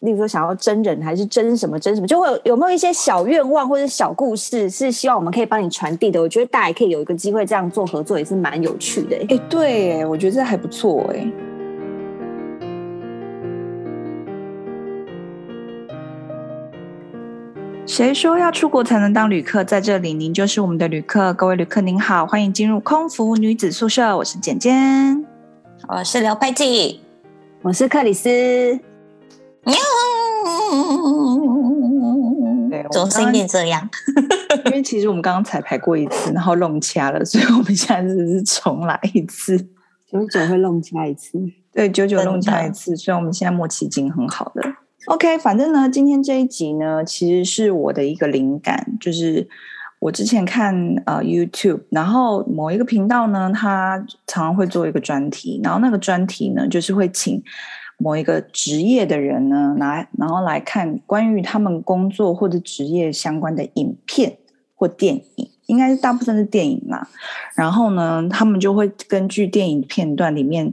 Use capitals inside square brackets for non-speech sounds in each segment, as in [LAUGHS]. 例如说想要真人还是真什么真什么，就会有有没有一些小愿望或者小故事是希望我们可以帮你传递的？我觉得大家也可以有一个机会这样做合作，也是蛮有趣的、欸。哎、对，哎，我觉得这还不错，哎。谁说要出国才能当旅客？在这里，您就是我们的旅客。各位旅客，您好，欢迎进入空服女子宿舍，我是简简。我是刘佩蒂。我是克里斯，对我总是一定这样。 [LAUGHS] 因为其实我们刚刚彩排过一次，然后弄掐了，所以我们现在只是重来一次。久久会弄下一次。对，久久真的弄掐一次，所以我们现在默契已经很好了。OK，反正呢，今天这一集呢，其实是我的一个灵感，就是我之前看呃 YouTube，然后某一个频道呢，它常常会做一个专题，然后那个专题呢，就是会请某一个职业的人呢来，然后来看关于他们工作或者职业相关的影片或电影，应该是大部分是电影啦。然后呢，他们就会根据电影片段里面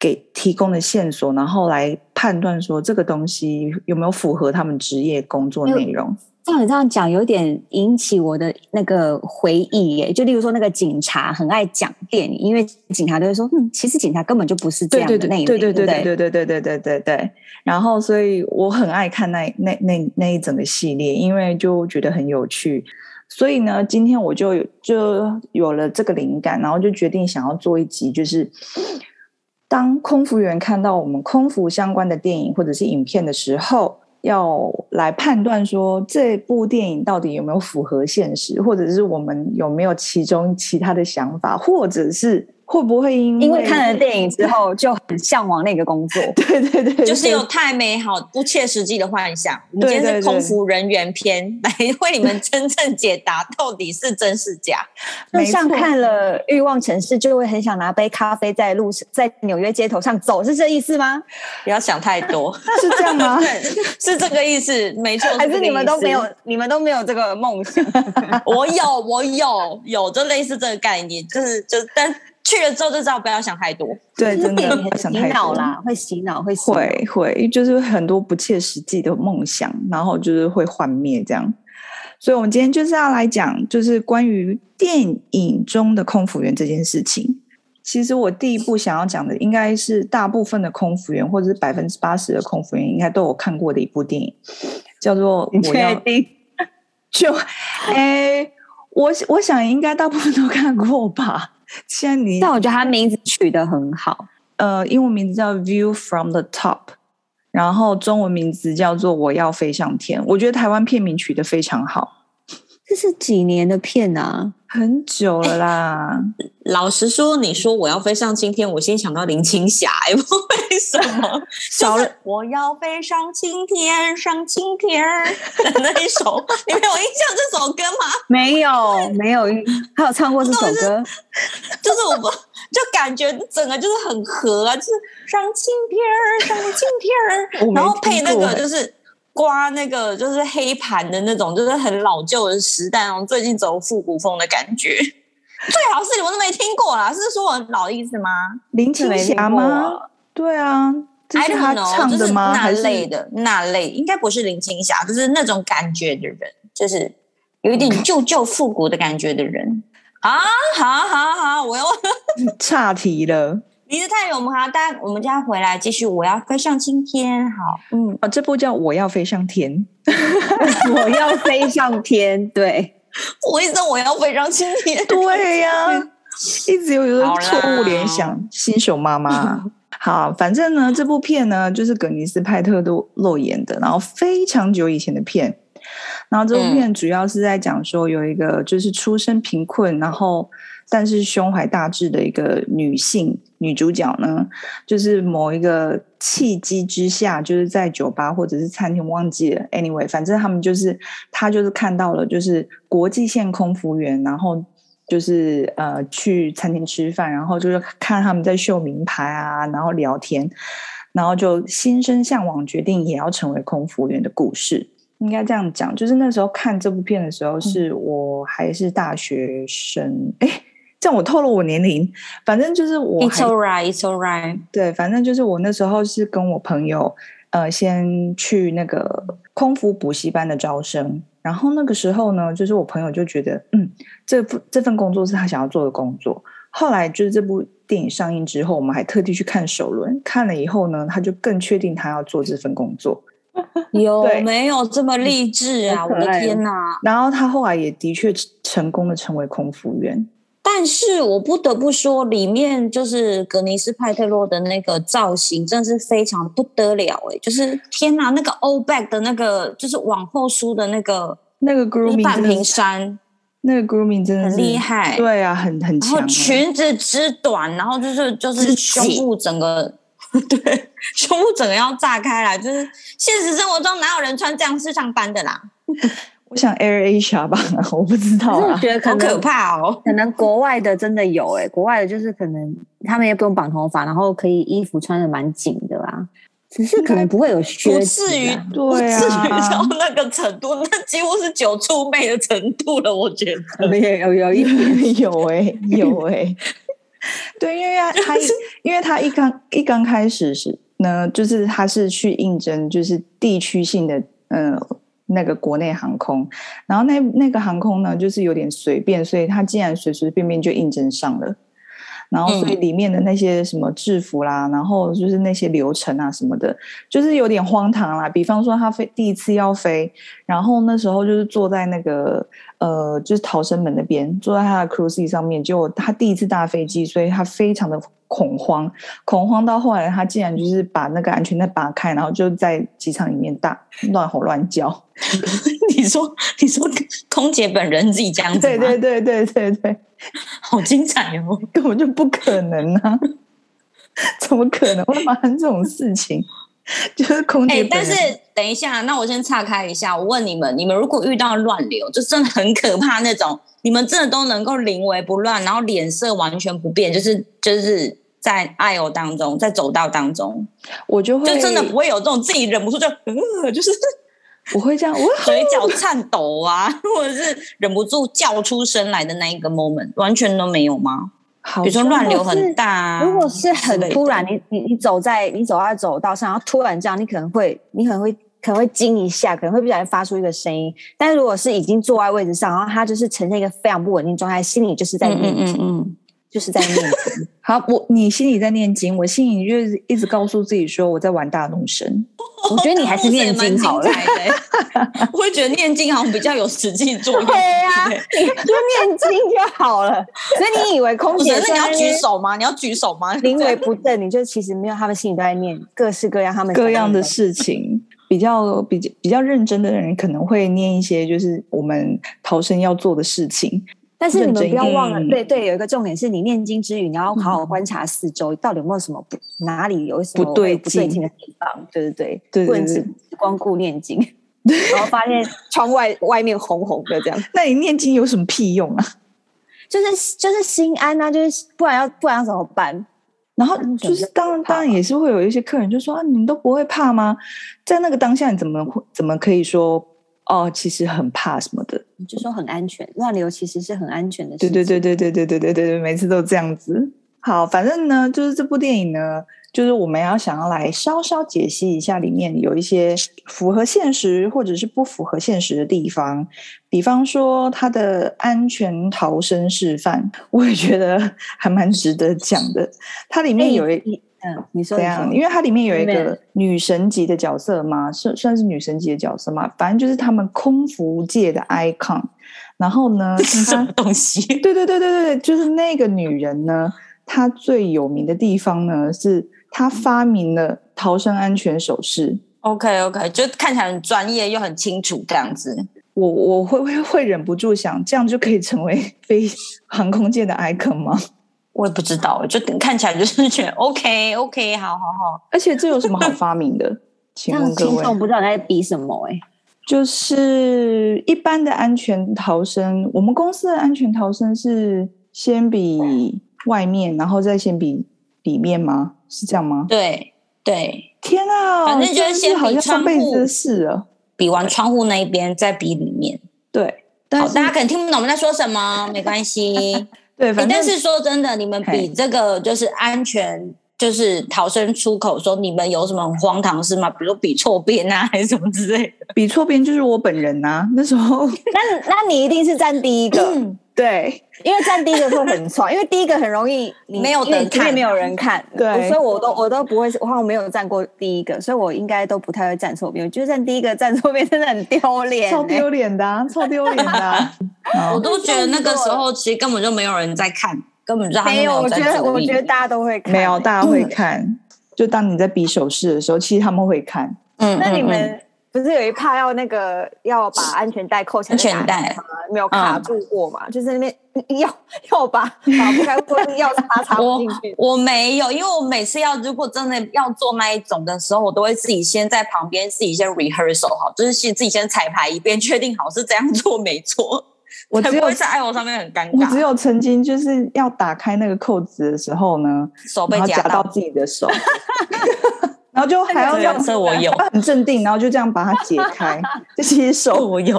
给提供的线索，然后来判断说这个东西有没有符合他们职业工作内容。照你这样讲，有点引起我的那个回忆耶。就例如说，那个警察很爱讲电影，因为警察都会说，嗯，其实警察根本就不是这对样的对那对一对类，对不对对对对对对对对对。然后，所以我很爱看那那那那一整个系列，因为就觉得很有趣。所以呢，今天我就有就有了这个灵感，然后就决定想要做一集，就是当空服员看到我们空服相关的电影或者是影片的时候，要来判断说这部电影到底有没有符合现实，或者是我们有没有其中其他的想法，或者是会不会因为因为看了电影之后就很向往那个工作。对对对，就是有太美好、不切实际的幻想。我们对今天对是对空服人员篇，来为你们真正解答到底是真是假。就没像错看了《欲望城市》，就会很想拿杯咖啡在路在纽约街头上走，是这意思吗？不要想太 [LAUGHS] 多，是这样吗？是这个意思，没错。还这是个你们意都思没有？，你们都没有这个梦想？我有，我有，有，就类似这个概念，就是就但去了之后就知道不要想太多。 [LAUGHS] 对，真电的影不想很洗太脑多。啦，会洗脑，会洗脑会会，就是很多不切实际的梦想，然后就是会幻灭这样。所以，我们今天就是要来讲，就是关于电影中的空服员这件事情。其实，我第一步想要讲的，应该是大部分的空服员，或者是百分之八十的空服员，应该都有看过的一部电影，叫做你《我要确定？就， [LAUGHS] 哎、我我想应该大部分都看过吧。现在 [LAUGHS] 你但我觉得他名字取得很好，呃，英文名字叫《View from the Top》，然后中文名字叫做《我要飞上天》。我觉得台湾片名取得非常好，这是几年的片啊？很久了 [LAUGHS] 啦。老实说，你说我要飞上青天，我先想到林青霞、哎，不为什么？少了就是我要飞上青天，上青天儿的那一首，你没有印象这首歌吗？没有，没有，他有唱过这首歌， [LAUGHS] 就是我不就感觉整个就是很合啊，就是上青天儿，上青 [LAUGHS] 我天儿，没然后配那听过个欸就是。刮那个就是黑盘的那种，就是很老旧的时代，然后最近走复古风的感觉。 [LAUGHS] 最好是你们都没听过啦，是说我很老的意思吗？林青霞吗？对啊，这 I 是 don't 他 know，唱的吗？就是还那是类的那类，应该不是林青霞，就是那种感觉的人，就是有一点旧旧复古的感觉的人。 [LAUGHS] 啊，好好好，我又岔题了？离得太远，我们还要大家，我们就要回来继续。我要飞上青天，好，嗯，哦，这部叫《我要飞上天》。我要飞上天。对，我一直我要飞上青天， [LAUGHS] 对呀、 [LAUGHS] 一直有一个好啦错误联想，新手妈妈。 [LAUGHS] 好，反正呢，这部片呢就是葛尼斯派特洛洛演的，然后非常久以前的片。然后这部片主要是在讲说，有一个就是出身贫困，然后但是胸怀大志的一个女性女主角呢，就是某一个契机之下，就是在酒吧或者是餐厅，忘记了。Anyway，反正他们就是他就是看到了，就是国际线空服员，然后就是呃去餐厅吃饭，然后就是看他们在秀名牌啊，然后聊天，然后就心生向往，决定也要成为空服员的故事。应该这样讲，就是那时候看这部片的时候，是我还是大学生，哎、这样我透露我年龄，反正就是我还 It's alright, It's alright。对，反正就是我那时候是跟我朋友呃，先去那个空服补习班的招生。然后那个时候呢，就是我朋友就觉得，嗯，这部这份工作是他想要做的工作。后来就是这部电影上映之后，我们还特地去看首轮，看了以后呢，他就更确定他要做这份工作。有对没有这么励志啊？好我可的爱哦天哪！然后他后来也的确成功的成为空服员。但是我不得不说，里面就是格尼斯派特洛的那个造型，真是非常不得了哎、就是天哪，那个 O back 的那个，就是往后梳的那个那个就是 grooming 半真的平是，山，那个 grooming 真的很是厉害。对啊，很很然强、后裙子之短，然后就是就肢是胸体部整个， [LAUGHS] 对，胸部整个要炸开来，就是现实生活中哪有人穿这样去上班的啦，我想 Air Asia 吧， [LAUGHS] 我不知道可是我啊。觉得可好可能怕哦。可能国外的真的有哎、国外的就是可能他们也不用绑头发，然后可以衣服穿的蛮紧的啦，只是可能不会有靴不子至于啊、不至对于到啊，那个程度，那几乎是九处妹的程度了。我觉得，有有有一有哎、有哎、对，因为他他一因为他一刚一刚开始是呢，就是他是去应征就是地区性的呃那个国内航空，然后那那个航空呢就是有点随便，所以他竟然随随便便就应征上了。然后，所以里面的那些什么制服啦，然后就是那些流程啊什么的，就是有点荒唐啦。比方说，他飞第一次要飞，然后那时候就是坐在那个呃，就是逃生门那边，坐在他的 cruise 上面。结果他第一次搭飞机，所以他非常的恐慌，恐慌到后来他竟然就是把那个安全带拔开，然后就在机场里面大乱吼乱叫。 [LAUGHS] 你说你说空姐本人自己这样子，对对，对对对对，好精彩哦。根本就不可能啊！ [LAUGHS] 怎么可能会发生这种事情？ [LAUGHS] 就是 [LAUGHS] 空哎、姐本但人、是等一下，那我先岔开一下，我问你们，你们如果遇到乱流，就真的很可怕那种，你们真的都能够临危不乱，然后脸色完全不变，就是就是在爱游当中，在走道当中，我就会就真的不会有这种自己忍不住就 [LAUGHS] 呃，就是我会这样，我 [LAUGHS] 会嘴角颤抖啊，或者是忍不住叫出声来的那一个 moment，完全都没有吗？好比如说像乱流很大啊、如果是很之类的突然，你你你走在你走在走道上，然后突然这样，你可能会你可能会可能会惊一下，可能会不小心发出一个声音。但如果是已经坐在位置上，然后他就是呈现一个非常不稳定状态，心里就是在嗯念，嗯嗯嗯，就是在念经。好，我你心里在念经，我心里就是一直告诉自己说我在玩大怒神。我觉哎得你还 [LAUGHS] 是念经好了。大陆是也蛮精彩的欸我会觉得念经好像比较有实际作 [LAUGHS] 用。对呀、对你就念经就好了。所以你以为空不是，姐那你要在那举边手吗？你要举手吗？ [LAUGHS] 临危不慎，你就其实没有，他们心里都在念各式各样他们各样的想事情，比较比较比较认真的人可能会念一些就是我们逃生要做的事情。但是你们不要忘了，认真一对对，有一个重点是你念经之余，你要好好观察四周，到底有没有什么不哪里有什么不对不对劲劲的地方，对对对，对对不能只对只光顾念 [LAUGHS] 经，然后发现窗外外面红红的这样，那你念经有什么屁用啊？就是就是心安啊，就是不然要不然要怎么办？然后那就种是就当然不怕当然也是会有一些客人就说啊，你们都不会怕吗？在那个当下，你怎么会怎么可以说哦，其实很怕什么的？你就说很安全，乱流其实是很安全的事对情。对对对对对对对对对，每次都这样子。好，反正呢，就是这部电影呢，就是我们要想要来稍稍解析一下里面有一些符合现实或者是不符合现实的地方，比方说它的安全逃生示范，我也觉得还蛮值得讲的。它里面哎有一你嗯，你说怎你样？说啊因为它里面有一对个女神级的角色嘛，算算是女神级的角色嘛，反正就是他们空服界的 icon。然后呢，这是什她么东西？对对对对对对，就是那个女人呢，她最有名的地方呢是她发明了逃生安全手势。 OK OK，就看起来很专业又很清楚这样子。我我会会会忍不住想，这样就可以成为飞 [LAUGHS] 航空界的 icon 吗？我也不知道，就看起来就是觉得 OK OK，好 [LAUGHS] 好好，而且这有什么好发明的？请让问各听位，众不知道你在比什么哎、就是一般的安全逃生，我们公司的安全逃生是先比外面，然后再先比里面吗？是这样吗？对对，天啊，反正就是这先比好像窗上辈子户的事了。比完窗户那一边再比里面。对，但好，是大家可能听不懂我们在说什么，没关系。对，欸反正但是说真的，你们嘿比这个就是安全就是逃生出口说你们有什么很荒唐的事吗？比如比错边啊，还是什么之类的。比错边就是我本人呐、那时 [LAUGHS] [LAUGHS] 候那那你一定是站第一个，对因为站第一个会很爽，因为第一个很容易你没有因为人看因为没有人看，啊对我所以我都我都不会，我好像没有站过第一个，所以我应该都不太会站错边。我觉得站第一个站错边真的很丢脸、 [LAUGHS] 超欸。丢脸的、啊，超丢脸的、 [LAUGHS] 啊。然我后都觉得那个时候其实根本就没有人在看，根本就他们没有，我在觉得注我意觉得大家都会看、没有，大家会嗯看。就当你在比手势的时候，其实他们会看。嗯，那你嗯嗯们不是有一趴要那个要把安全带扣起来？安全带嗯吗？没有卡住过嘛？就是那边要 [LAUGHS] 要把把不开，或者要插插不我进 [LAUGHS] 去。我没有，因为我每次要如果真的要做那一种的时候，我都会自己先在旁边自己先 rehearsal 好，就是先自己先彩排一遍，确定好是这样做没错。我才只不有会在爱我上面很尴我只尬，有曾经就是要打开那个扣子的时候呢，手被然后夹夹到自己的手， [LAUGHS] 然后就还要这这样两次我有，很镇定，然后就这样把它解 [LAUGHS] 开。就其实手我有，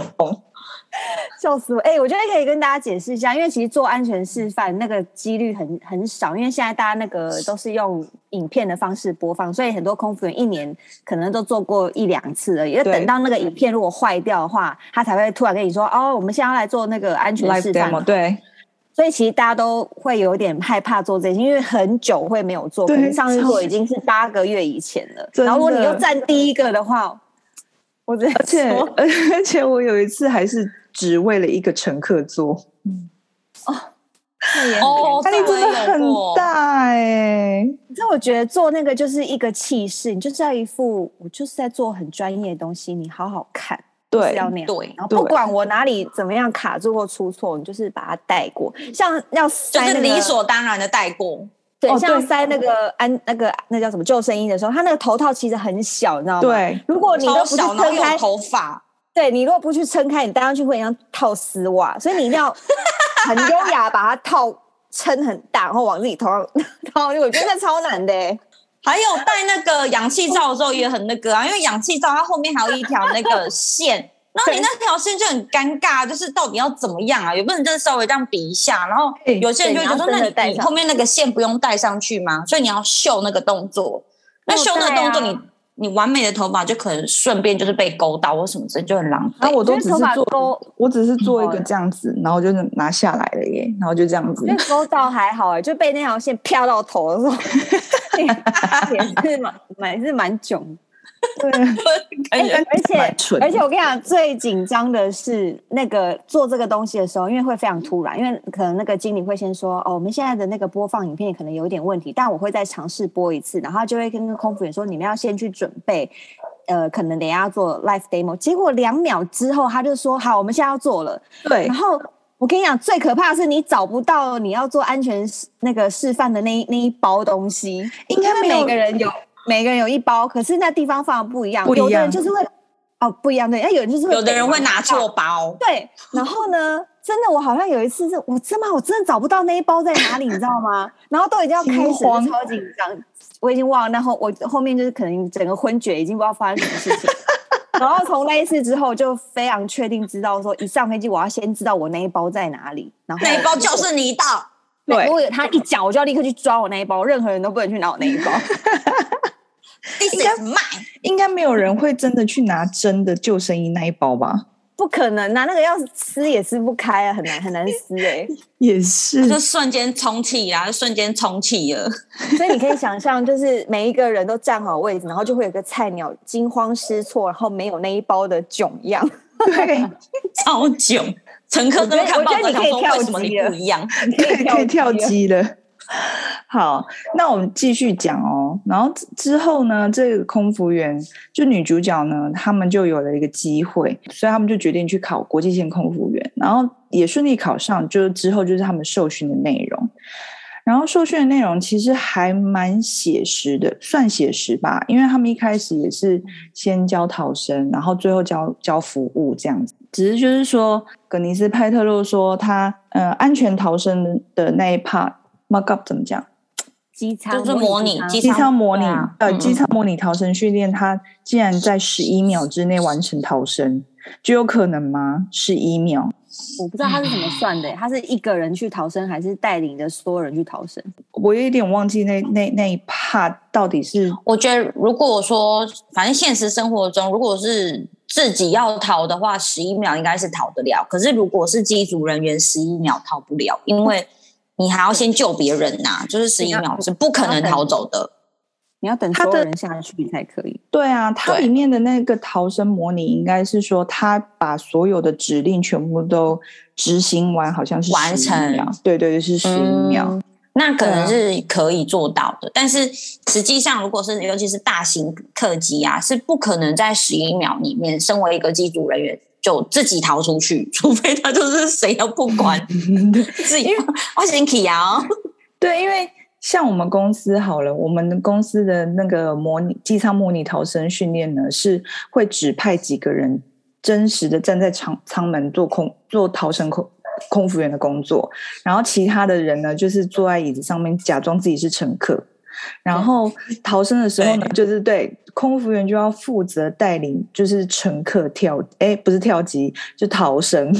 笑死我！哎、我觉得可以跟大家解释一下，因为其实做安全示范那个几率很很少，因为现在大家那个都是用影片的方式播放，所以很多空服员一年可能都做过一两次而已。要对等到那个影片如果坏掉的话，他才会突然跟你说：“哦，我们现在要来做那个安全 life 示范。” demo 对所以其实大家都会有点害怕做这些，因为很久会没有做，可对能上次做已经是八个月以前了。真的然后如果你又占第一个的话，我只能而且说而且我有一次还是只为了一个乘客做，那也很哦压力真的很大哎、所以我觉得做那个就是一个气势，你就是要一副我就是在做很专业的东西，你好好看，就是对要那样。对，然后对不管我哪里怎么样卡住或出错，你就是把它带过，像要就塞那是个理所当然的带过，对，哦像要对塞那个安那个那叫什么救生衣的时候，它那个头套其实很小，你知道吗？。对，如果你都超不去小，然后撑开有，头发，对你如果不去撑开，你戴上去会很像套丝袜，所以你一定要很优雅把它套撑很大，然后往自己头上 [LAUGHS] 套。我觉得那超难的、欸，还有戴那个氧气罩的时候也很那个啊，因为氧气罩它后面还有一条那 [LAUGHS] 个线，然后你那条线就很尴尬，就是到底要怎么样啊？有没有人真的稍微这样比一下？然后哎有些人就对会觉得说，你要真的那戴你你上后面那个线不用戴上去吗？所以你要秀那个动作，那哦秀那个动作对你，啊你完美的头发就可能顺便就是被勾到或什么之类，就很狼狈。啊然后我都只哎是因为头发做勾，我只是做一好个了这样子，然后就是拿下来了耶，然后就这样子因。为勾到还好哎、就被那条线飘到头的时候，也是蛮蛮是蛮囧的。对，感觉而且蛮蠢的而且我跟你讲，最紧张的是那个做这个东西的时候，因为会非常突然，因为可能那个经理会先说，哦，我们现在的那个播放影片可能有一点问题，但我会再尝试播一次，然后他就会跟空服员说，你们要先去准备。呃，可能等一下要做 live demo，结果两秒之后他就说：“好，我们现在要做了。”对然，后我跟你讲，最可怕的是你找不到你要做安全示那个示范的那一那一包东西，应该因为没有每个人有每个人有一包，可是那地方放的不一样，不一有的人样就是会哦不一样对，那有人就是有的人会北拿方错包，对，然后呢，真的我好像有一次是我真的我真的找不到那一包在哪里，你知道吗？ [LAUGHS] 然后都已经要开始惊了，慌超紧张，我已经忘了，然后我后面就是可能整个昏厥，已经不知道发生什么事 [LAUGHS] 情。然后从那一次之后，就非常确定知道说，一上飞机我要先知道我那一包在哪里，然后那一包就是你到，对，对如果有他一讲，我就要立刻去抓我那一包，任何人都不能去拿我那一包。 this is 应该 mine。应该没有人会真的去拿真的救生衣那一包吧？不可能啊！那个要撕也撕不开啊，很难很难撕 [LAUGHS] 哎、也是，就瞬间充气啦，就瞬间充气了。 [LAUGHS] 所以你可以想象，就是每一个人都站好位置，然后就会有个菜鸟惊慌失措，然后没有那一包的囧样。 [LAUGHS] 对，超囧，乘客都会看报我觉得纸你可想以说跳为什么你级了不一样？对，可以跳哦机了。好，那我们继续讲哦。然后之之后呢，这个空服员就女主角呢，他们就有了一个机会，所以他们就决定去考国际线空服员，然后也顺利考上。就是之后就是他们受训的内容，然后受训的内容其实还蛮写实的，算写实吧，因为他们一开始也是先教逃生，然后最后教教服务这样子。只是就是说，葛尼斯派特洛说他呃安全逃生的那一 part mock up 怎么讲？机舱就是模拟机机舱模拟、对啊呃嗯机舱模拟逃生训练，他竟然在十一秒之内完成逃生，这有可能吗？十一秒，我不知道他是怎么算的、他是一个人去逃生，还是带领着所有人去逃生？我有一点忘记那那那一 part 到底是我觉得如果说，反正现实生活中，如果是自己要逃的话，十一秒应该是逃得了。可是如果是机组人员，十一秒逃不了，因为你还要先救别人呐、就是十一秒是不可能逃走的。你要等他所的有人下去才可以。对啊，它对里面的那个逃生模拟应该是说，他把所有的指令全部都执行完，好像是完11成秒对对对，是十一秒。嗯那可对啊能是可以做到的，但是实际上，如果是尤其是大型客机啊，是不可能在十一秒里面，身为一个机组人员就自己逃出去， [LAUGHS] 除非他就是谁都不 [LAUGHS] 管，自己我先啊起摇，对，因为像我们公司好了，我们公司的那个模拟机舱模拟逃生训练呢，是会指派几个人真实的站在舱舱门做空做逃生空。空服员的工作，然后其他的人呢，就是坐在椅子上面假装自己是乘客，然后逃生的时候呢，就是对空服员就要负责带领，就是乘客跳，哎，不是跳级，就逃生。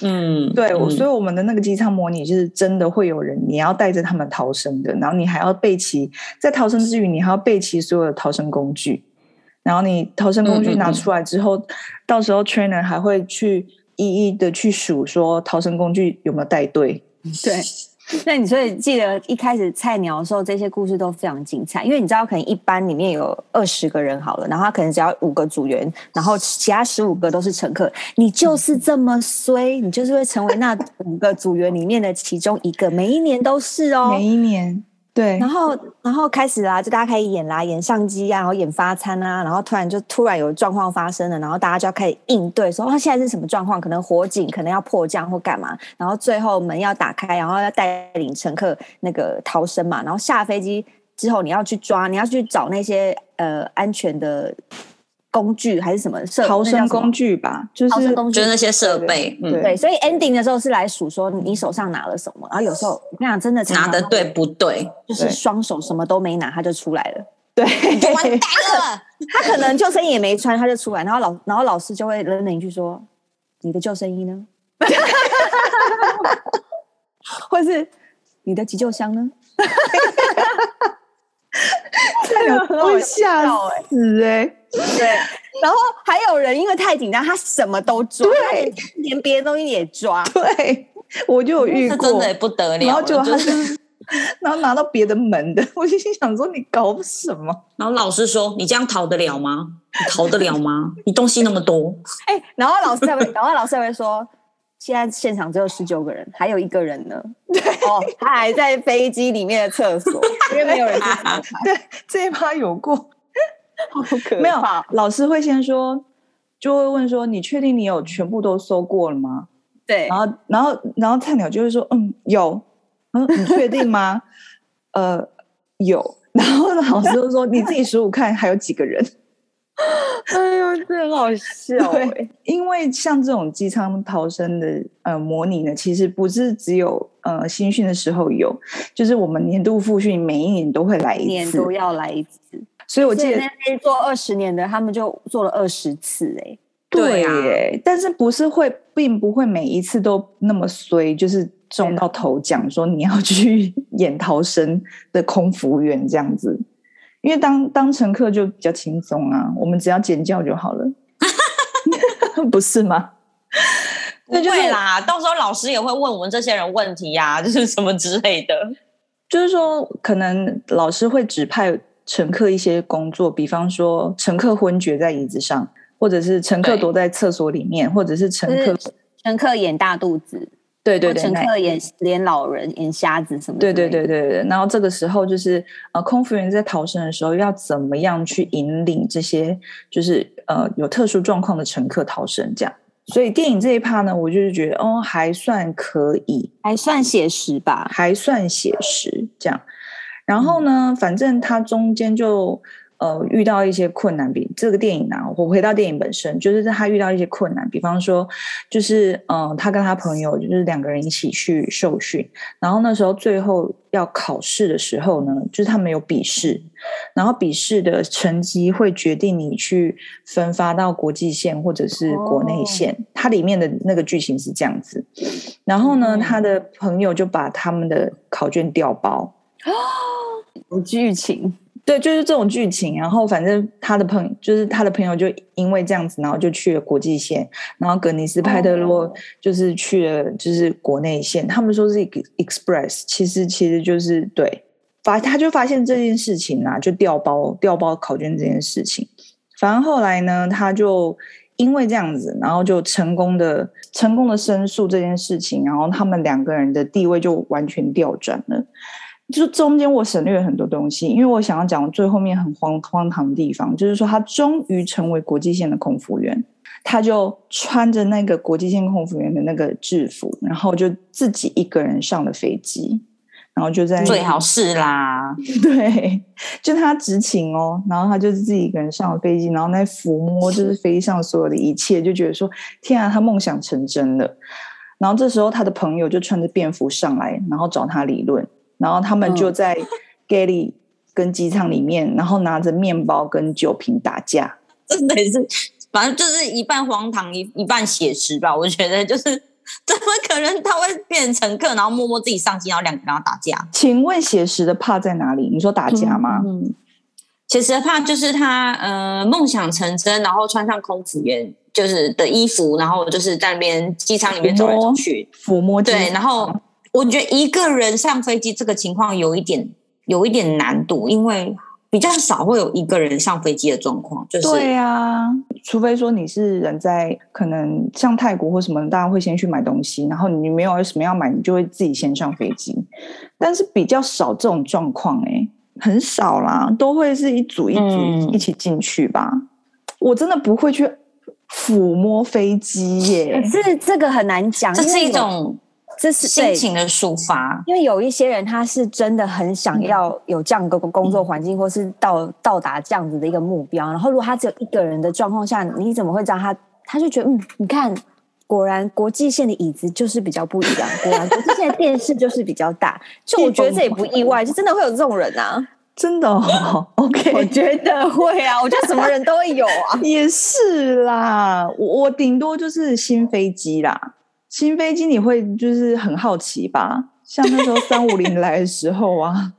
嗯，对，我嗯所以我们的那个机舱模拟就是真的会有人，你要带着他们逃生的，然后你还要备齐，在逃生之余，你还要备齐所有的逃生工具，然后你逃生工具嗯嗯拿嗯出来之后，到时候 trainer 还会去一一的去数说逃生工具有没有带对。对， [LAUGHS] 那你所以记得一开始菜鸟的时候，这些故事都非常精彩，因为你知道，可能一班里面有二十个人好了，然后他可能只要五个组员，然后其他十五个都是乘客，你就是这么衰，你就是会成为那五个组员里面的其中一个，每一年都是哦。每一年，对然后，然后开始啦，啊就大家开始演啦，演相机啊，然后演发餐啊，然后突然就突然有状况发生了，然后大家就要开始应对说，哦，现在是什么状况？可能火警，可能要迫降或干嘛，然后最后门要打开，然后要带领乘客那个逃生嘛，然后下飞机之后你要去抓，你要去找那些呃安全的工具还是什么设逃生工具，具吧，就逃生是工具就是那些设备，对嗯，对，所以 ending 的时候是来数说你手上拿了什么，然后有时候我跟你讲，真的常拿常的对不对？就是双手什么都没拿，他就出来了。对，完 [LAUGHS] 蛋了，他可能救生衣也没穿，他就出来，然后老然后老师就会冷冷一句说：“你的救生衣呢？” [LAUGHS] 或是你的急救箱呢？会吓死哎、欸对， [LAUGHS] 然后还有人因为太紧张，他什么都抓，他连连别的东西也抓。对，我就有遇这过，真的不得然了后了，结果就他是是， [LAUGHS] 然后拿到别的门的， [LAUGHS] 我就心想说你搞什么？ [LAUGHS] 然后老师说：“你这样逃得了吗？你逃得了吗？你东西那么多，哎、然后老师还会， [LAUGHS] 然后老师还会说，现在现场只有十九个人，还有一个人呢。对，哦，他还在飞机里面的厕所，因为没有人去查他，对，这一趴有过， [LAUGHS] 好可没有怕。老师会先说，就会问说你确定你有全部都搜过了吗？对然，后，然后，然后菜鸟就会说，嗯，有。嗯，你确定吗？ [LAUGHS] 呃，有。然后老师就说：“你自己数数看，还有几个人哎呦，这很好笑对因为像这种机舱逃生的呃模拟呢，其实不是只有呃新训的时候有，就是我们年度复训每一年都会来一一年次。都要来一次。所以我我记得那边做二十年的，他们就做了二十次、哎，对啊耶，但是不是会，并不会每一次都那么衰，就是中到头奖，说你要去 [LAUGHS] 演逃生的空服员这样子。因为当当乘客就比较轻松啊，我们只要尖叫就好了，不是吗？不对就是会啦。到时候老师也会问我们这些人问题呀、 [LAUGHS] 就是什么之类的。就是说，可能老师会指派乘客一些工作，比方说乘客昏厥在椅子上，或者是乘客对躲在厕所里面，或者是乘客就是乘客演大肚子，对对对，乘那客演演老人、演瞎子什么之对类的，对对对对，然后这个时候就是呃，空服员在逃生的时候要怎么样去引领这些就是呃有特殊状况的乘客逃生这样。所以电影这一趴呢，我就是觉得哦，还算可以，还算写实吧。还算写实这样。然后呢，反正它中间就呃遇到一些困难，比这个电影啊，我回到电影本身，就是他遇到一些困难，比方说就是嗯、呃，他跟他朋友就是两个人一起去受训，然后那时候最后要考试的时候呢，就是他们有笔试，然后笔试的成绩会决定你去分发到国际线或者是国内线，它里面的那个剧情是这样子，然后呢，嗯他的朋友就把他们的考卷调包。有剧情，对，就是这种剧情。然后反正他的朋就是他的朋友就因为这样子，然后就去了国际线，然后格尼斯派特洛哦就是去了就是国内线。他们说是 ex- express，其实其实就是对发他就发现这件事情啊，就调包调包考卷这件事情。反正后来呢，他就因为这样子，然后就成功的成功的申诉这件事情，然后他们两个人的地位就完全调转了。就中间我省略了很多东西，因为我想要讲最后面很荒荒唐的地方，就是说他终于成为国际线的空服员，他就穿着那个国际线空服员的那个制服，然后就自己一个人上了飞机，然后就在最好是啦， [LAUGHS] 对，就他执勤哦，然后他就是自己一个人上了飞机，然后在抚摸就是飞机上所有的一切，就觉得说天啊，他梦想成真了。然后这时候他的朋友就穿着便服上来，然后找他理论，然后他们嗯就在 galley 跟机舱里面，然后拿着面包跟酒瓶打架。真的是，反正就是一半荒唐，一一半写实吧。我觉得就是 [LAUGHS] 怎么可能他会变成乘客，然后默默自己上机，然后两个人要打架？请问写实的怕在哪里？你说打架吗？嗯，其实怕就是他呃梦想成真，然后穿上空服员就是的衣服，然后就是在那边机舱里面走来走去。抚摸机对，然嗯后我觉得一个人上飞机这个情况有一点有一点难度，因为比较少会有一个人上飞机的状况，就是对啊，除非说你是人在可能像泰国或什么，大家会先去买东西，然后你没有什么要买，你就会自己先上飞机。但是比较少这种状况、欸，很少啦，都会是一组一组嗯一起进去吧。我真的不会去抚摸飞机耶、可是这个很难讲，这啊因是为一有种这是心对情的抒发。因为有一些人他是真的很想要有这样一个工作环境，或是到到达这样子的一个目标。然后如果他只有一个人的状况下，你怎么会知道他？他就觉得嗯，你看，果然国际线的椅子就是比较不一样，果然国际线的电视就是比较大。就我觉得这也不意外，就真的会有这种人啊。真的、哦、 [LAUGHS] 我，OK，觉得会啊，我觉得什么人都会有啊。 [LAUGHS] [LAUGHS] 也是啦，我我顶多就是新飞机啦，新飞机你会就是很好奇吧？像那 [LAUGHS] 时候三五零来的时候啊，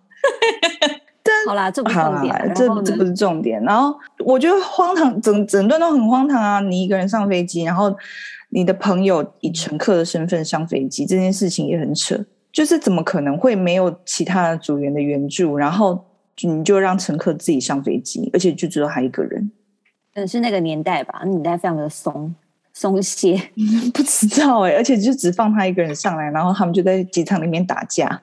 好啦，这不是好重啦点啊。，这然后呢这不是重点。然后我觉得荒唐，整整段都很荒唐啊！你一个人上飞机，然后你的朋友以乘客的身份上飞机，这件事情也很扯。就是怎么可能会没有其他的组员的援助，然后你就让乘客自己上飞机，而且就只有他一个人？嗯是那个年代吧，那年代非常的松松懈。不知道 [LAUGHS] 哎、而且就只放他一个人上来，然后他们就在机场里面打架。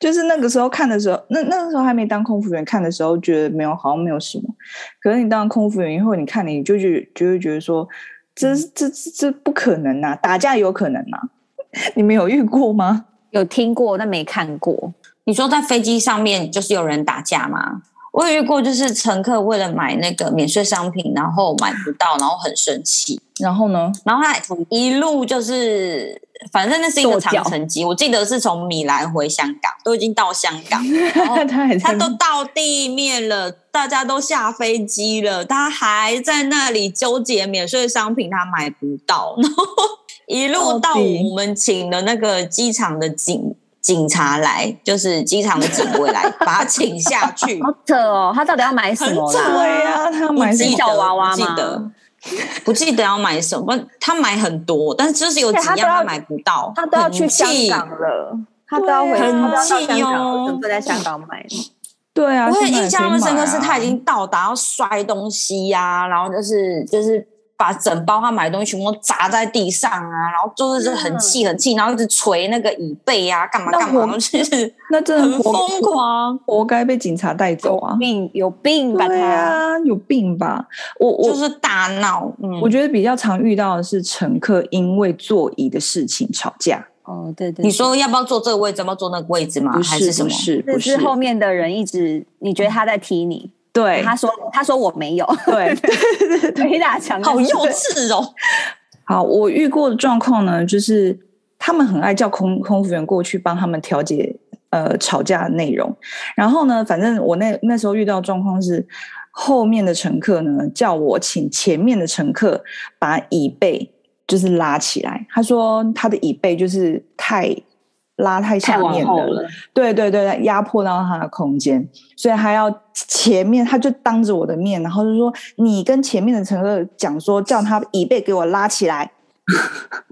就是那个时候看的时候，那那个时候还没当空服员，看的时候觉得没有，好像没有什么。可是你当空服员以后，你看你就觉就会觉得说，这嗯这这这不可能呐、打架有可能呐、啊 [LAUGHS] 你们有遇过吗？有听过，但没看过。你说在飞机上面就是有人打架吗？我有遇过，就是乘客为了买那个免税商品，然后买不到，然后很生气，然后呢？然后他一路就是，反正那是一跺个脚长城机，我记得是从米兰回香港，都已经到香港，然后 [LAUGHS] 他 [LAUGHS] 还哦他在都到地面了，大家都下飞机了，他还在那里纠结免税商品他买不到， [LAUGHS] 然后一路到到底我们请了那个机场的警警察来，就是机场的警卫来把他请下去。好扯哦， [LAUGHS] 他到底要买什么很扯啦？对呀、啊，他不买什记么小得娃娃不记吗得，不记得要买什么，他买很多，但是就是有几对他样都要他买不到，他都要去很香气港啊了，他都要回，对啊他都要到很气香港，哦怎么不在香港买？对啊，我现在也印象可以那么深刻是买啊他已经到达要摔东西呀、然后就是就是把整包他买的东西全部都砸在地上啊，然后就是很气很气，然后一直捶那个椅背啊，干嘛嗯那干嘛，我然 [LAUGHS] 后就是那真的很活疯狂，活该被警察带走啊！病有病吧对他？啊，有病吧？我我、就是大闹。嗯，我觉得比较常遇到的是乘客因为座椅的事情吵架，哦，对对，你说要不要坐这个位置，要不要坐那个位置吗？不啊还是什么不？是这不是后面的人一直，你觉得他在踢你，对啊他说他说我没有， [LAUGHS] 对 [LAUGHS] 鬼打墙，好幼稚哦。好，我遇过的状况呢，就是他们很爱叫空空服员过去帮他们调解呃吵架的内容。然后呢，反正我那那时候遇到的状况是，后面的乘客呢叫我请前面的乘客把椅背就是拉起来，他说他的椅背就是太拉太下太往面后了，了，对对对，压迫到他的空间，所以他要前面，他就当着我的面，然后就说：“你跟前面的乘客讲说，叫他椅背给我拉起 [LAUGHS] 来。”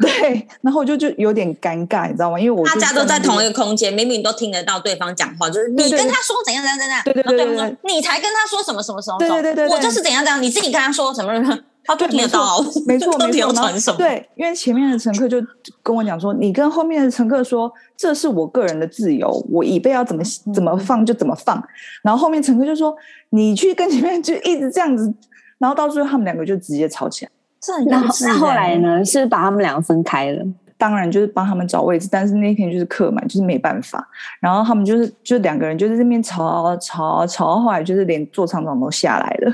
对，然后我就就有点尴尬，你知道吗？因为我大就家都在站那同边一个空间，明明都听得到对方讲话，就是对你对跟他说怎样怎样怎样，对对对然后对方说你才跟他说什么什么什么，对对对对对我就是怎样怎样，你自己跟他说什么什么，他都对听得到啊，没错， [LAUGHS] 到没底要错，然后传什么？对，因为前面的乘客就跟我讲说，你跟后面的乘客说，这是我个人的自由，我椅背要怎么嗯怎么放就怎么放。然后后面乘客就说，你去跟前面就一直这样子，然后到最后他们两个就直接吵起来。这很幼那后稚那啊后欸来呢？是不是把他们两个分开了？当然就是帮他们找位置，但是那天就是客满，就是没办法。然后他们就是就两个人就是在那边吵啊吵吵，后来就是连座舱长都下来了。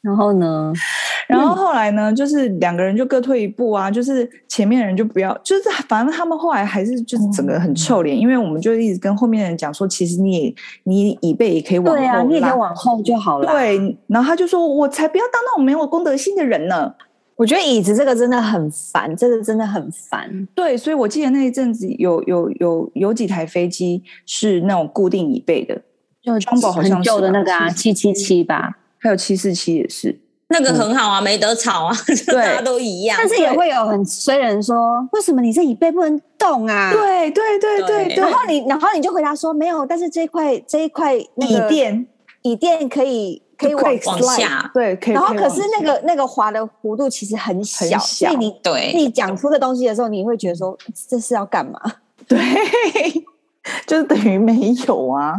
然后呢？然嗯后后来呢，就是两个人就各退一步啊，就是前面的人就不要，就是反正他们后来还是哦就是整个嗯很臭脸，因为我们就一直跟后面的人讲说，其实你也你椅背也可以往后对拉，啊，你也可以往后就好了。，对。然后他就说，我才不要当那种没有公德心的人呢。我觉得椅子这个真的很烦，这个真的很烦。对，所以我记得那一阵子有有有有几台飞机是那种固定椅背的，就张宝好像是吧很旧的那个啊，七七七吧，还有七四七也是。那个很好啊，没得吵啊， [LAUGHS] 就大家都一样但。是也会有很衰人说，为什么你这椅背不能动啊？对对对对对然对，后你，然后你就回答说没有，但是这一块这一块那椅个垫椅垫可以可以往可以往 slide，下对，可以。然后以可是往那下个那个滑的弧度其实很小，很小所以你对，你讲出这东西的时候，你会觉得说这是要干嘛？ [LAUGHS] [LAUGHS] 对，就是等于没有啊。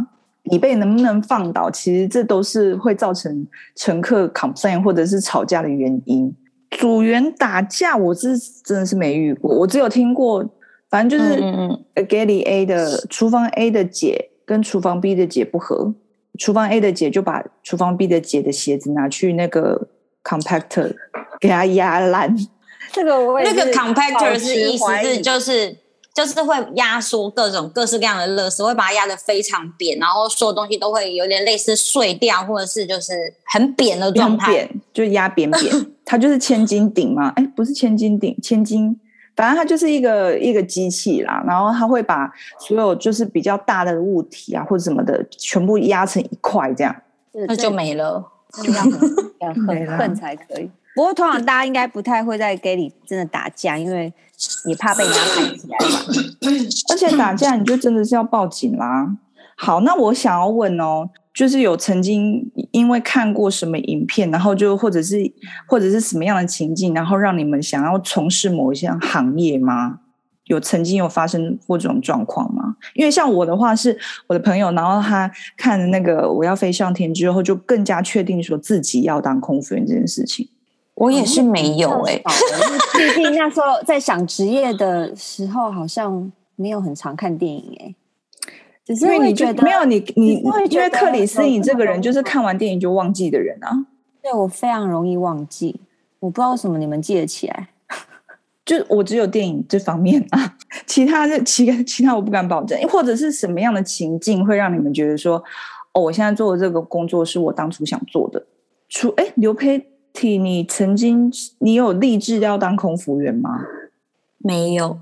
椅背能不能放倒，其实这都是会造成乘客 complain 或者是吵架的原因。组员打架，我是真的是没遇过，我只有听过，反正就嗯是嗯嗯，呃 g a l y A 的厨房 A 的姐跟厨房 B 的姐不合，厨房 A 的姐就把厨房 B 的姐的鞋子拿去那个 compactor 给它压烂，这个我也那是个 compactor 保持是意思怀是疑就是就是会压缩各种各式各样的乐事，会把它压得非常扁，然后所有东西都会有点类似碎掉，或者是就是很扁的状扁态。扁，就压扁 [LAUGHS] 扁，它就是千斤顶嘛？哎，不是千斤顶，千斤，反正它就是一个一个机器啦。然后它会把所有就是比较大的物体啊或者什么的，全部压成一块这样。是那这就没了。这要很要没很啦恨才可以。不过通常大家应该不太会在 gay 里真的打架，因为也怕被人家拍起来吧。而且打架你就真的是要报警啦。好，那我想要问哦，就是有曾经因为看过什么影片，然后就或者是或者是什么样的情境，然后让你们想要从事某一项行业吗？有曾经有发生过这种状况吗？因为像我的话是我的朋友，然后他看了那个我要飞上天之后，就更加确定说自己要当空服员这件事情。我也是没有哎、太少了因为毕竟那时候在想职业的时候，好像没有很常看电影哎、只是因为会你就觉得没有你你你是会觉因为得克里斯有你这这么个人容易就是吗看完电影就忘记的人啊。对我非常容易忘记，我不知道为什么你们记得起来。就我只有电影这方面啊，其他的其其他我不敢保证，或者是什么样的情境会让你们觉得说，哦，我现在做的这个工作是我当初想做的。除哎，刘佩体，你曾经你有立志要当空服员吗？没有，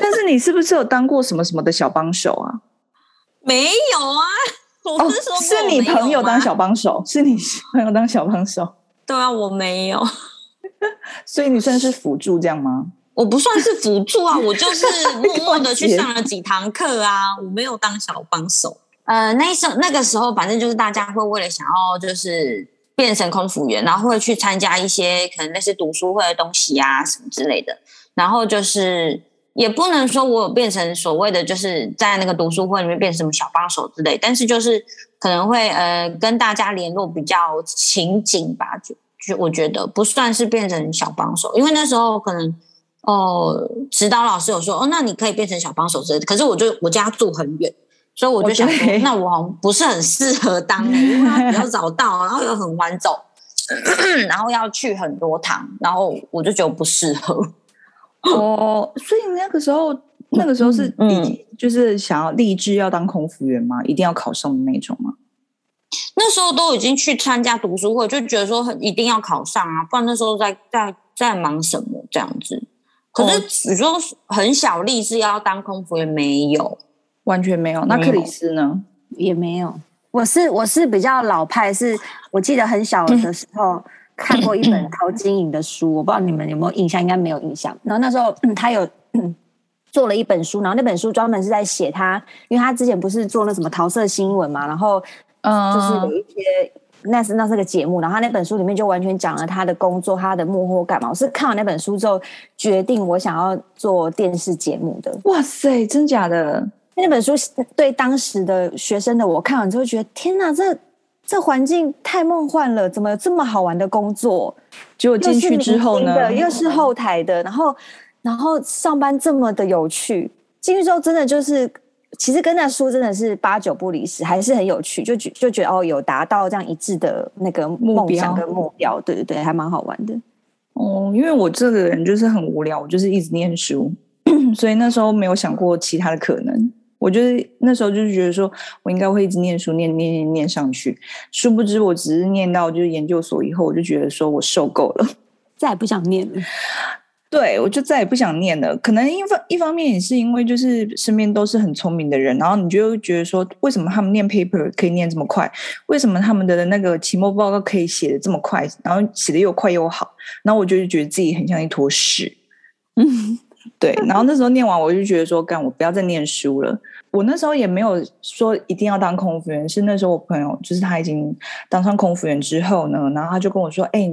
但是你是不是有当过什么什么的小帮手啊？没有啊！我哦不是说、，是你朋友啊当？小帮手，是你朋友当小帮手，对啊，我没有，所以你算是辅助这样吗？我不算是辅助啊，我 [LAUGHS] 就是默默的去你上了几堂课啊，我没有当小帮手。呃，那时候那个时候，反正就是大家会为了想要就是变成空服员，然后会去参加一些可能类似读书会的东西啊什么之类的，然后就是也不能说我有变成所谓的就是在那个读书会里面变成什么小帮手之类，但是就是可能会呃跟大家联络比较情景吧，就就我觉得不算是变成小帮手，因为那时候可能哦指导老师有说哦，那你可以变成小帮手之类的，可是我就我家住很远，所以我就想我觉得说，那我好像不是很适合当、欸，因为它比较早到，然后又很晚走， [COUGHS] 然后要去很多堂，然后我就觉得不适合。哦，所以那个时候，那个时候是嗯已经就是想要立志要当空服员吗？一定要考上的那种吗？那时候都已经去参加读书会，就觉得说很一定要考上啊，不然那时候在在在忙什么这样子。可是你说很小力是要当空服员没有？完全没有。那没克有里斯呢？也没有。我是我是比较老派，是我记得很小的时候看过一本陶晶莹的书，我不知道你们有没有印象，应该没有印象。然后那时候、嗯、他有。嗯做了一本书，然后那本书专门是在写他，因为他之前不是做那什么桃色新闻嘛，然后嗯，就是有一些那是那是个节目，然后他那本书里面就完全讲了他的工作、他的幕后干嘛。我是看完那本书之后，决定我想要做电视节目的。哇塞，真假的？那本书对当时的学生的我看完之后觉得，天哪，这这环境太梦幻了，怎么有这么好玩的工作？结果又进是去之后明星呢？的又是后台的，然后然后上班这么的有趣，进去之后真的就是。其实跟那书真的是八九不离十，还是很有趣，就觉就觉得哦，有达到这样一致的那个梦想目标跟目标，对对对，还蛮好玩的。哦，因为我这个人就是很无聊，我就是一直念书， [CLEARS THROAT] 所以那时候没有想过其他的可能。我就是那时候就是觉得说，我应该会一直念书，念念念念上去。殊不知，我只是念到就是研究所以后，我就觉得说我受够了。再也不想念了，对，我就再也不想念了。可能一方一方面也是因为就是身边都是很聪明的人，然后你就会觉得说，为什么他们念 paper 可以念这么快？为什么他们的那个期末报告可以写的这么快，然后写的又快又好？然后我就觉得自己很像一坨屎。嗯，对。然后那时候念完，我就觉得说，干，我不要再念书了。我那时候也没有说一定要当空服员，是那时候我朋友就是他已经当上空服员之后呢，然后他就跟我说，哎、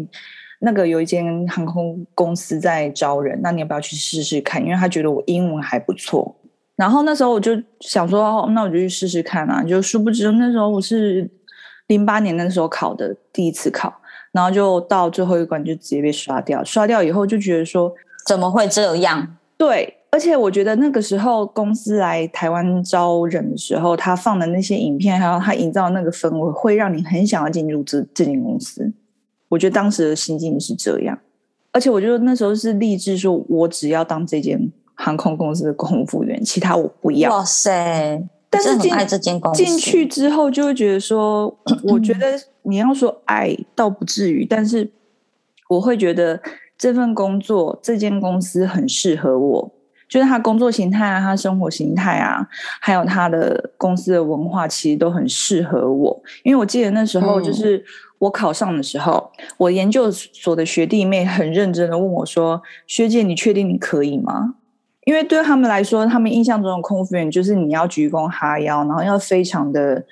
那个有一间航空公司在招人，那你要不要去试试看？因为他觉得我英文还不错。然后那时候我就想说，哦那我就去试试看啊。就殊不知那时候我是零八年那时候考的第一次考，然后就到最后一关就直接被刷掉。刷掉以后就觉得说，怎么会这样？对，而且我觉得那个时候公司来台湾招人的时候，他放的那些影片，还有他营造的那个氛围，会让你很想要进入这这间公司。我觉得当时的心境是这样，而且我就那时候是立志说，我只要当这间航空公司的空服员，其他我不要。哇塞！但是真的进很爱这间公司，进去之后就会觉得说，我觉得你要说爱倒不至于，但是我会觉得这份工作这间公司很适合我，就是他工作形态啊，他生活形态啊，还有他的公司的文化，其实都很适合我。因为我记得那时候嗯就是我考上的时候，我研究所的学弟妹很认真的问我说：“学姐，你确定你可以吗？”因为对他们来说，他们印象中的空服员就是你要鞠躬哈腰，然后要非常的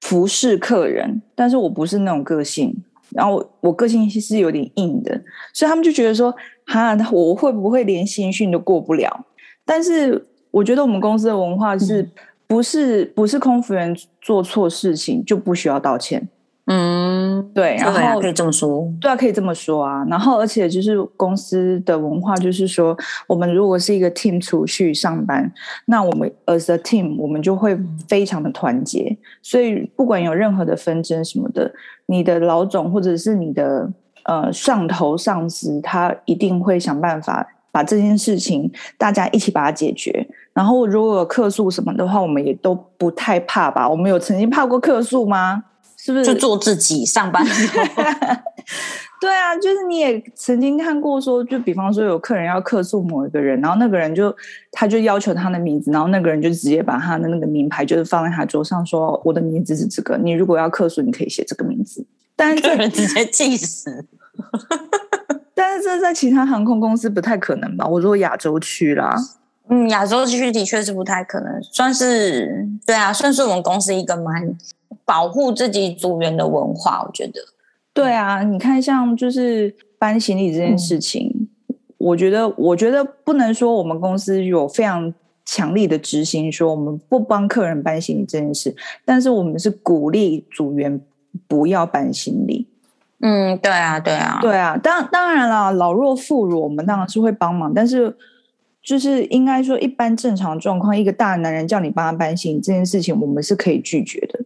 服侍客人。但是我不是那种个性，然后我我个性是有点硬的，所以他们就觉得说，哈，我会不会连新训都过不了？但是我觉得我们公司的文化是不是、不是空服员做错事情就不需要道歉？嗯，对，然对啊后可以这么说，对啊，可以这么说啊。然后，而且就是公司的文化，就是说，我们如果是一个 team 出去上班，那我们 as a team，我们就会非常的团结。所以，不管有任何的纷争什么的，你的老总或者是你的呃上头上司，他一定会想办法把这件事情大家一起把它解决。然后，如果有客诉什么的话，我们也都不太怕吧？我们有曾经怕过客诉吗？是不是就做自己上班。对啊，就是你也曾经看过说，就比方说有客人要客诉某一个人，然后那个人就他就要求他的名字，然后那个人就直接把他的那个名牌就是放在他桌上说，我的名字是这个，你如果要客诉，你可以写这个名字。但是个这人直接气死。但是这在其他航空公司不太可能吧？我说亚洲区啦， [LAUGHS] 嗯，亚洲区的确是不太可能，算是对啊，算是我们公司一个蛮保护自己组员的文化，我觉得。对啊，你看像就是搬行李这件事情，我觉得我觉得不能说我们公司有非常强力的执行，说我们不帮客人搬行李这件事，但是我们是鼓励组员不要搬行李。嗯，对啊，对啊，对啊，当当然啦，老弱妇孺我们当然是会帮忙，但是就是应该说，一般正常状况，一个大男人叫你帮他搬行李这件事情，我们是可以拒绝的。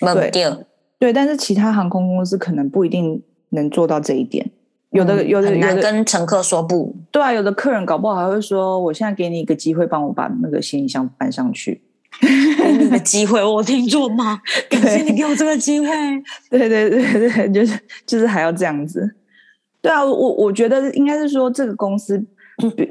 没掉，对，但是其他航空公司可能不一定能做到这一点。有的，嗯有的，很有难的，跟乘客说不。对啊，有的客人搞不好还会说：“我现在给你一个机会，帮我把那个行李箱搬上去。 [LAUGHS] 给你的机会，我听错吗？感谢你给我这个机会。”对对对对， [LAUGHS] 就是就是还要这样子。对啊，我我觉得应该是说这个公司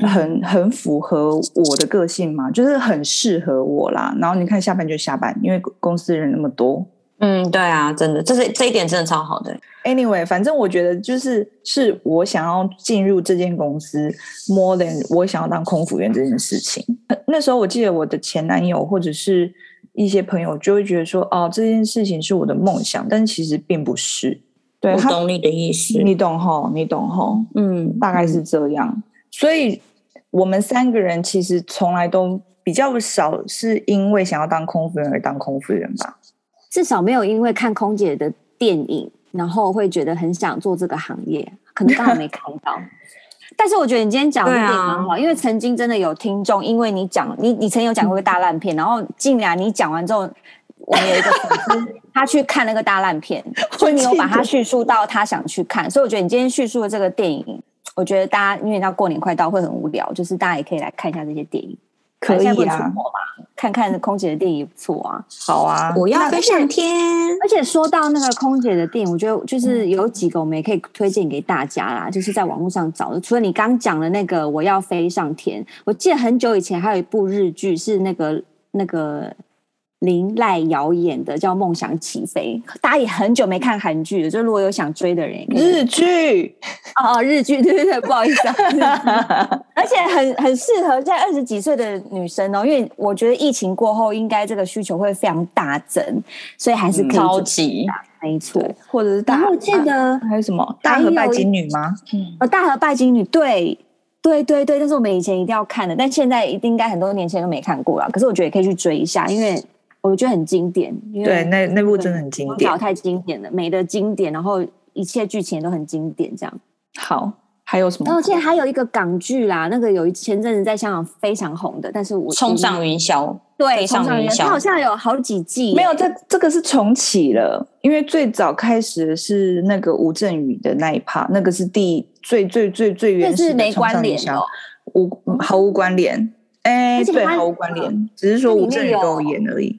很很符合我的个性嘛，就是很适合我啦。然后你看下班就下班，因为公司人那么多，嗯，对啊，真的，这是这一点真的超好的。 Anyway，反正我觉得就是是我想要进入这间公司，more than 我想要当空服员这件事情。呃那时候我记得我的前男友或者是一些朋友就会觉得说，哦，这件事情是我的梦想，但其实并不是。对我他，懂你的意思。你懂吼，你懂吼，嗯，大概是这样。所以我们三个人其实从来都比较少是因为想要当空服员而当空服员吧。至少没有因为看空姐的电影，然后会觉得很想做这个行业，可能刚好没看 [LAUGHS] 到。但是我觉得你今天讲的对点啊蛮好，因为曾经真的有听众，因为你讲你你曾经有讲过一个大烂嗯片，然后竟然你讲完之后，我们有一个粉丝他去看那个大烂 [LAUGHS] 片，所以你有把它叙述到他想去看，所以我觉得你今天叙述的这个电影，我觉得大家因为到过年快到会很无聊，就是大家也可以来看一下这些电影，可以现在不能出啊，国嘛，看看空姐的电影也不错啊。好啊，我要飞上天。而且说到那个空姐的电影，我觉得就是有几个我们也可以推荐给大家啦，就是在网络上找的。除了你刚讲的那个《我要飞上天》，我记得很久以前还有一部日剧是那个那个林濑遥演的，叫《梦想起飞》。大家也很久没看韩剧了，就如果有想追的人也可以日剧。哦哦日剧，对对对，不好意思、啊，日剧而且很很适合在二十几岁的女生哦，因为我觉得疫情过后应该这个需求会非常大增，所以还是可嗯以超级没错。对，或者是大啊然后我记得还有什么还大有和拜金女吗？呃，《大和拜金女》对对对对，但是我们以前一定要看的，但现在一定应该很多年前都没看过了。可是我觉得也可以去追一下，因为我觉得很经典。因为对，那那部真的很经典老。太经典了，美的经典，然后一切剧情也都很经典，这样。好，还有什然后么我？记得还有一个港剧啦，那个有一前阵子在香港非常红的，但是我冲上云霄，对飞冲上上云云霄它好像有好几季耶，没有，这这个是重启了，因为最早开始的是那个吴镇宇的那一趴，那个是第最最最最这原始是的没冲关上云联的霄哦。无嗯毫无关联。哎，而且对，它嗯毫无关联，只是它说里吴面镇宇都有有演而已。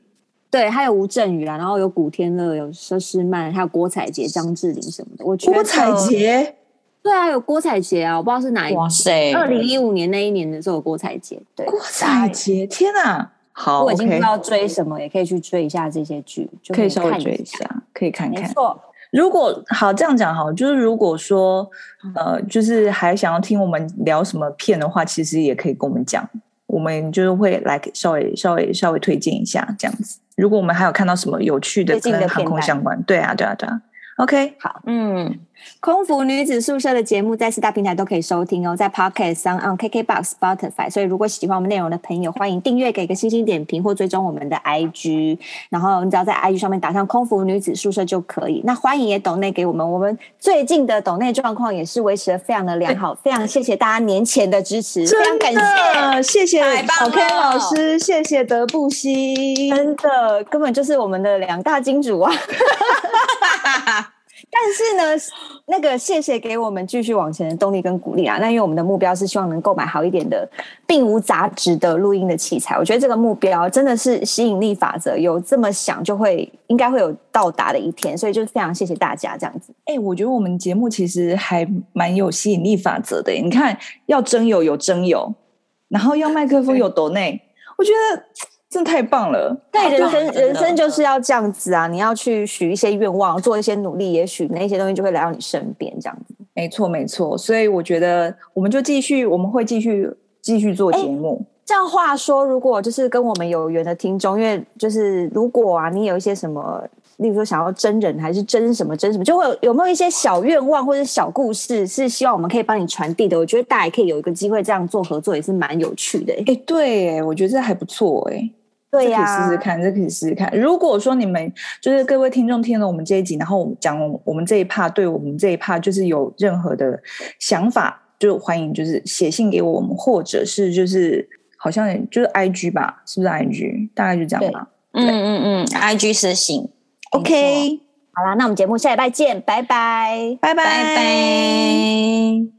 对，还有吴镇宇啦，然后有古天乐，有佘诗曼，还有郭采洁、张智霖什么的。我觉得郭采洁，对啊，有郭采洁啊，我不知道是哪一哇塞！二零一五年那一年的时候有郭采洁。对，郭采洁，天哪！好我已经不哦，OK，知道追什么，也可以去追一下这些剧，就可以以稍微看追一。下，可以看没看。错，如果好这样讲好，就是如果说嗯呃，就是还想要听我们聊什么片的话，其实也可以跟我们讲，我们就是会来给稍微稍微稍微推荐一下这样子。如果我们还有看到什么有趣的最近的跟航片空段相关，对啊对啊对啊，OK，嗯，空服女子宿舍的节目在四大平台都可以收听哦，在 Pocket、s o n on、KKBox、Spotify。所以，如果喜欢我们内容的朋友，欢迎订阅、给个星星点评或追踪我们的 IG。然后，你只要在 IG 上面打上“空服女子宿舍”就可以。那欢迎也抖内给我们，我们最近的抖内状况也是维持的非常的良好，非常谢谢大家年前的支持，非常感谢。的谢谢太棒小 K 了老师，谢谢德布西，真的，根本就是我们的两大金主啊！但是呢，那个谢谢给我们继续往前的动力跟鼓励啊。那因为我们的目标是希望能购买好一点的，并无杂质的录音的器材。我觉得这个目标真的是吸引力法则，有这么想就会应该会有到达的一天。所以就是非常谢谢大家这样子。哎、我觉得我们节目其实还蛮有吸引力法则的耶。你看，要真有有真有，然后要麦克风有抖内，我觉得真的太棒了。对，人真生的人生就是要这样子啊！你要去许一些愿望，做一些努力，也许那些东西就会来到你身边这样子。没错，没错。所以我觉得我们就继续，我们会继续继续做节目。这样话说，如果就是跟我们有缘的听众，因为就是如果啊，你有一些什么，例如说想要真人还是真什么真什么，就会有有没有一些小愿望或者小故事，是希望我们可以帮你传递的？我觉得大家也可以有一个机会这样做合作，也是蛮有趣的、哎、对耶，我觉得这还不错哎。对这可呀、以试试看，这可以试试看。如果说你们就是各位听众听了我们这一集，然后我们讲我们这一趴，对我们这一趴就是有任何的想法，就欢迎就是写信给我们，或者是就是好像就是 I G 吧，是不是 I G？大概就这样吧。嗯嗯嗯，IG 私信， OK，好啦，那我们节目下礼拜见，拜拜。拜拜拜拜。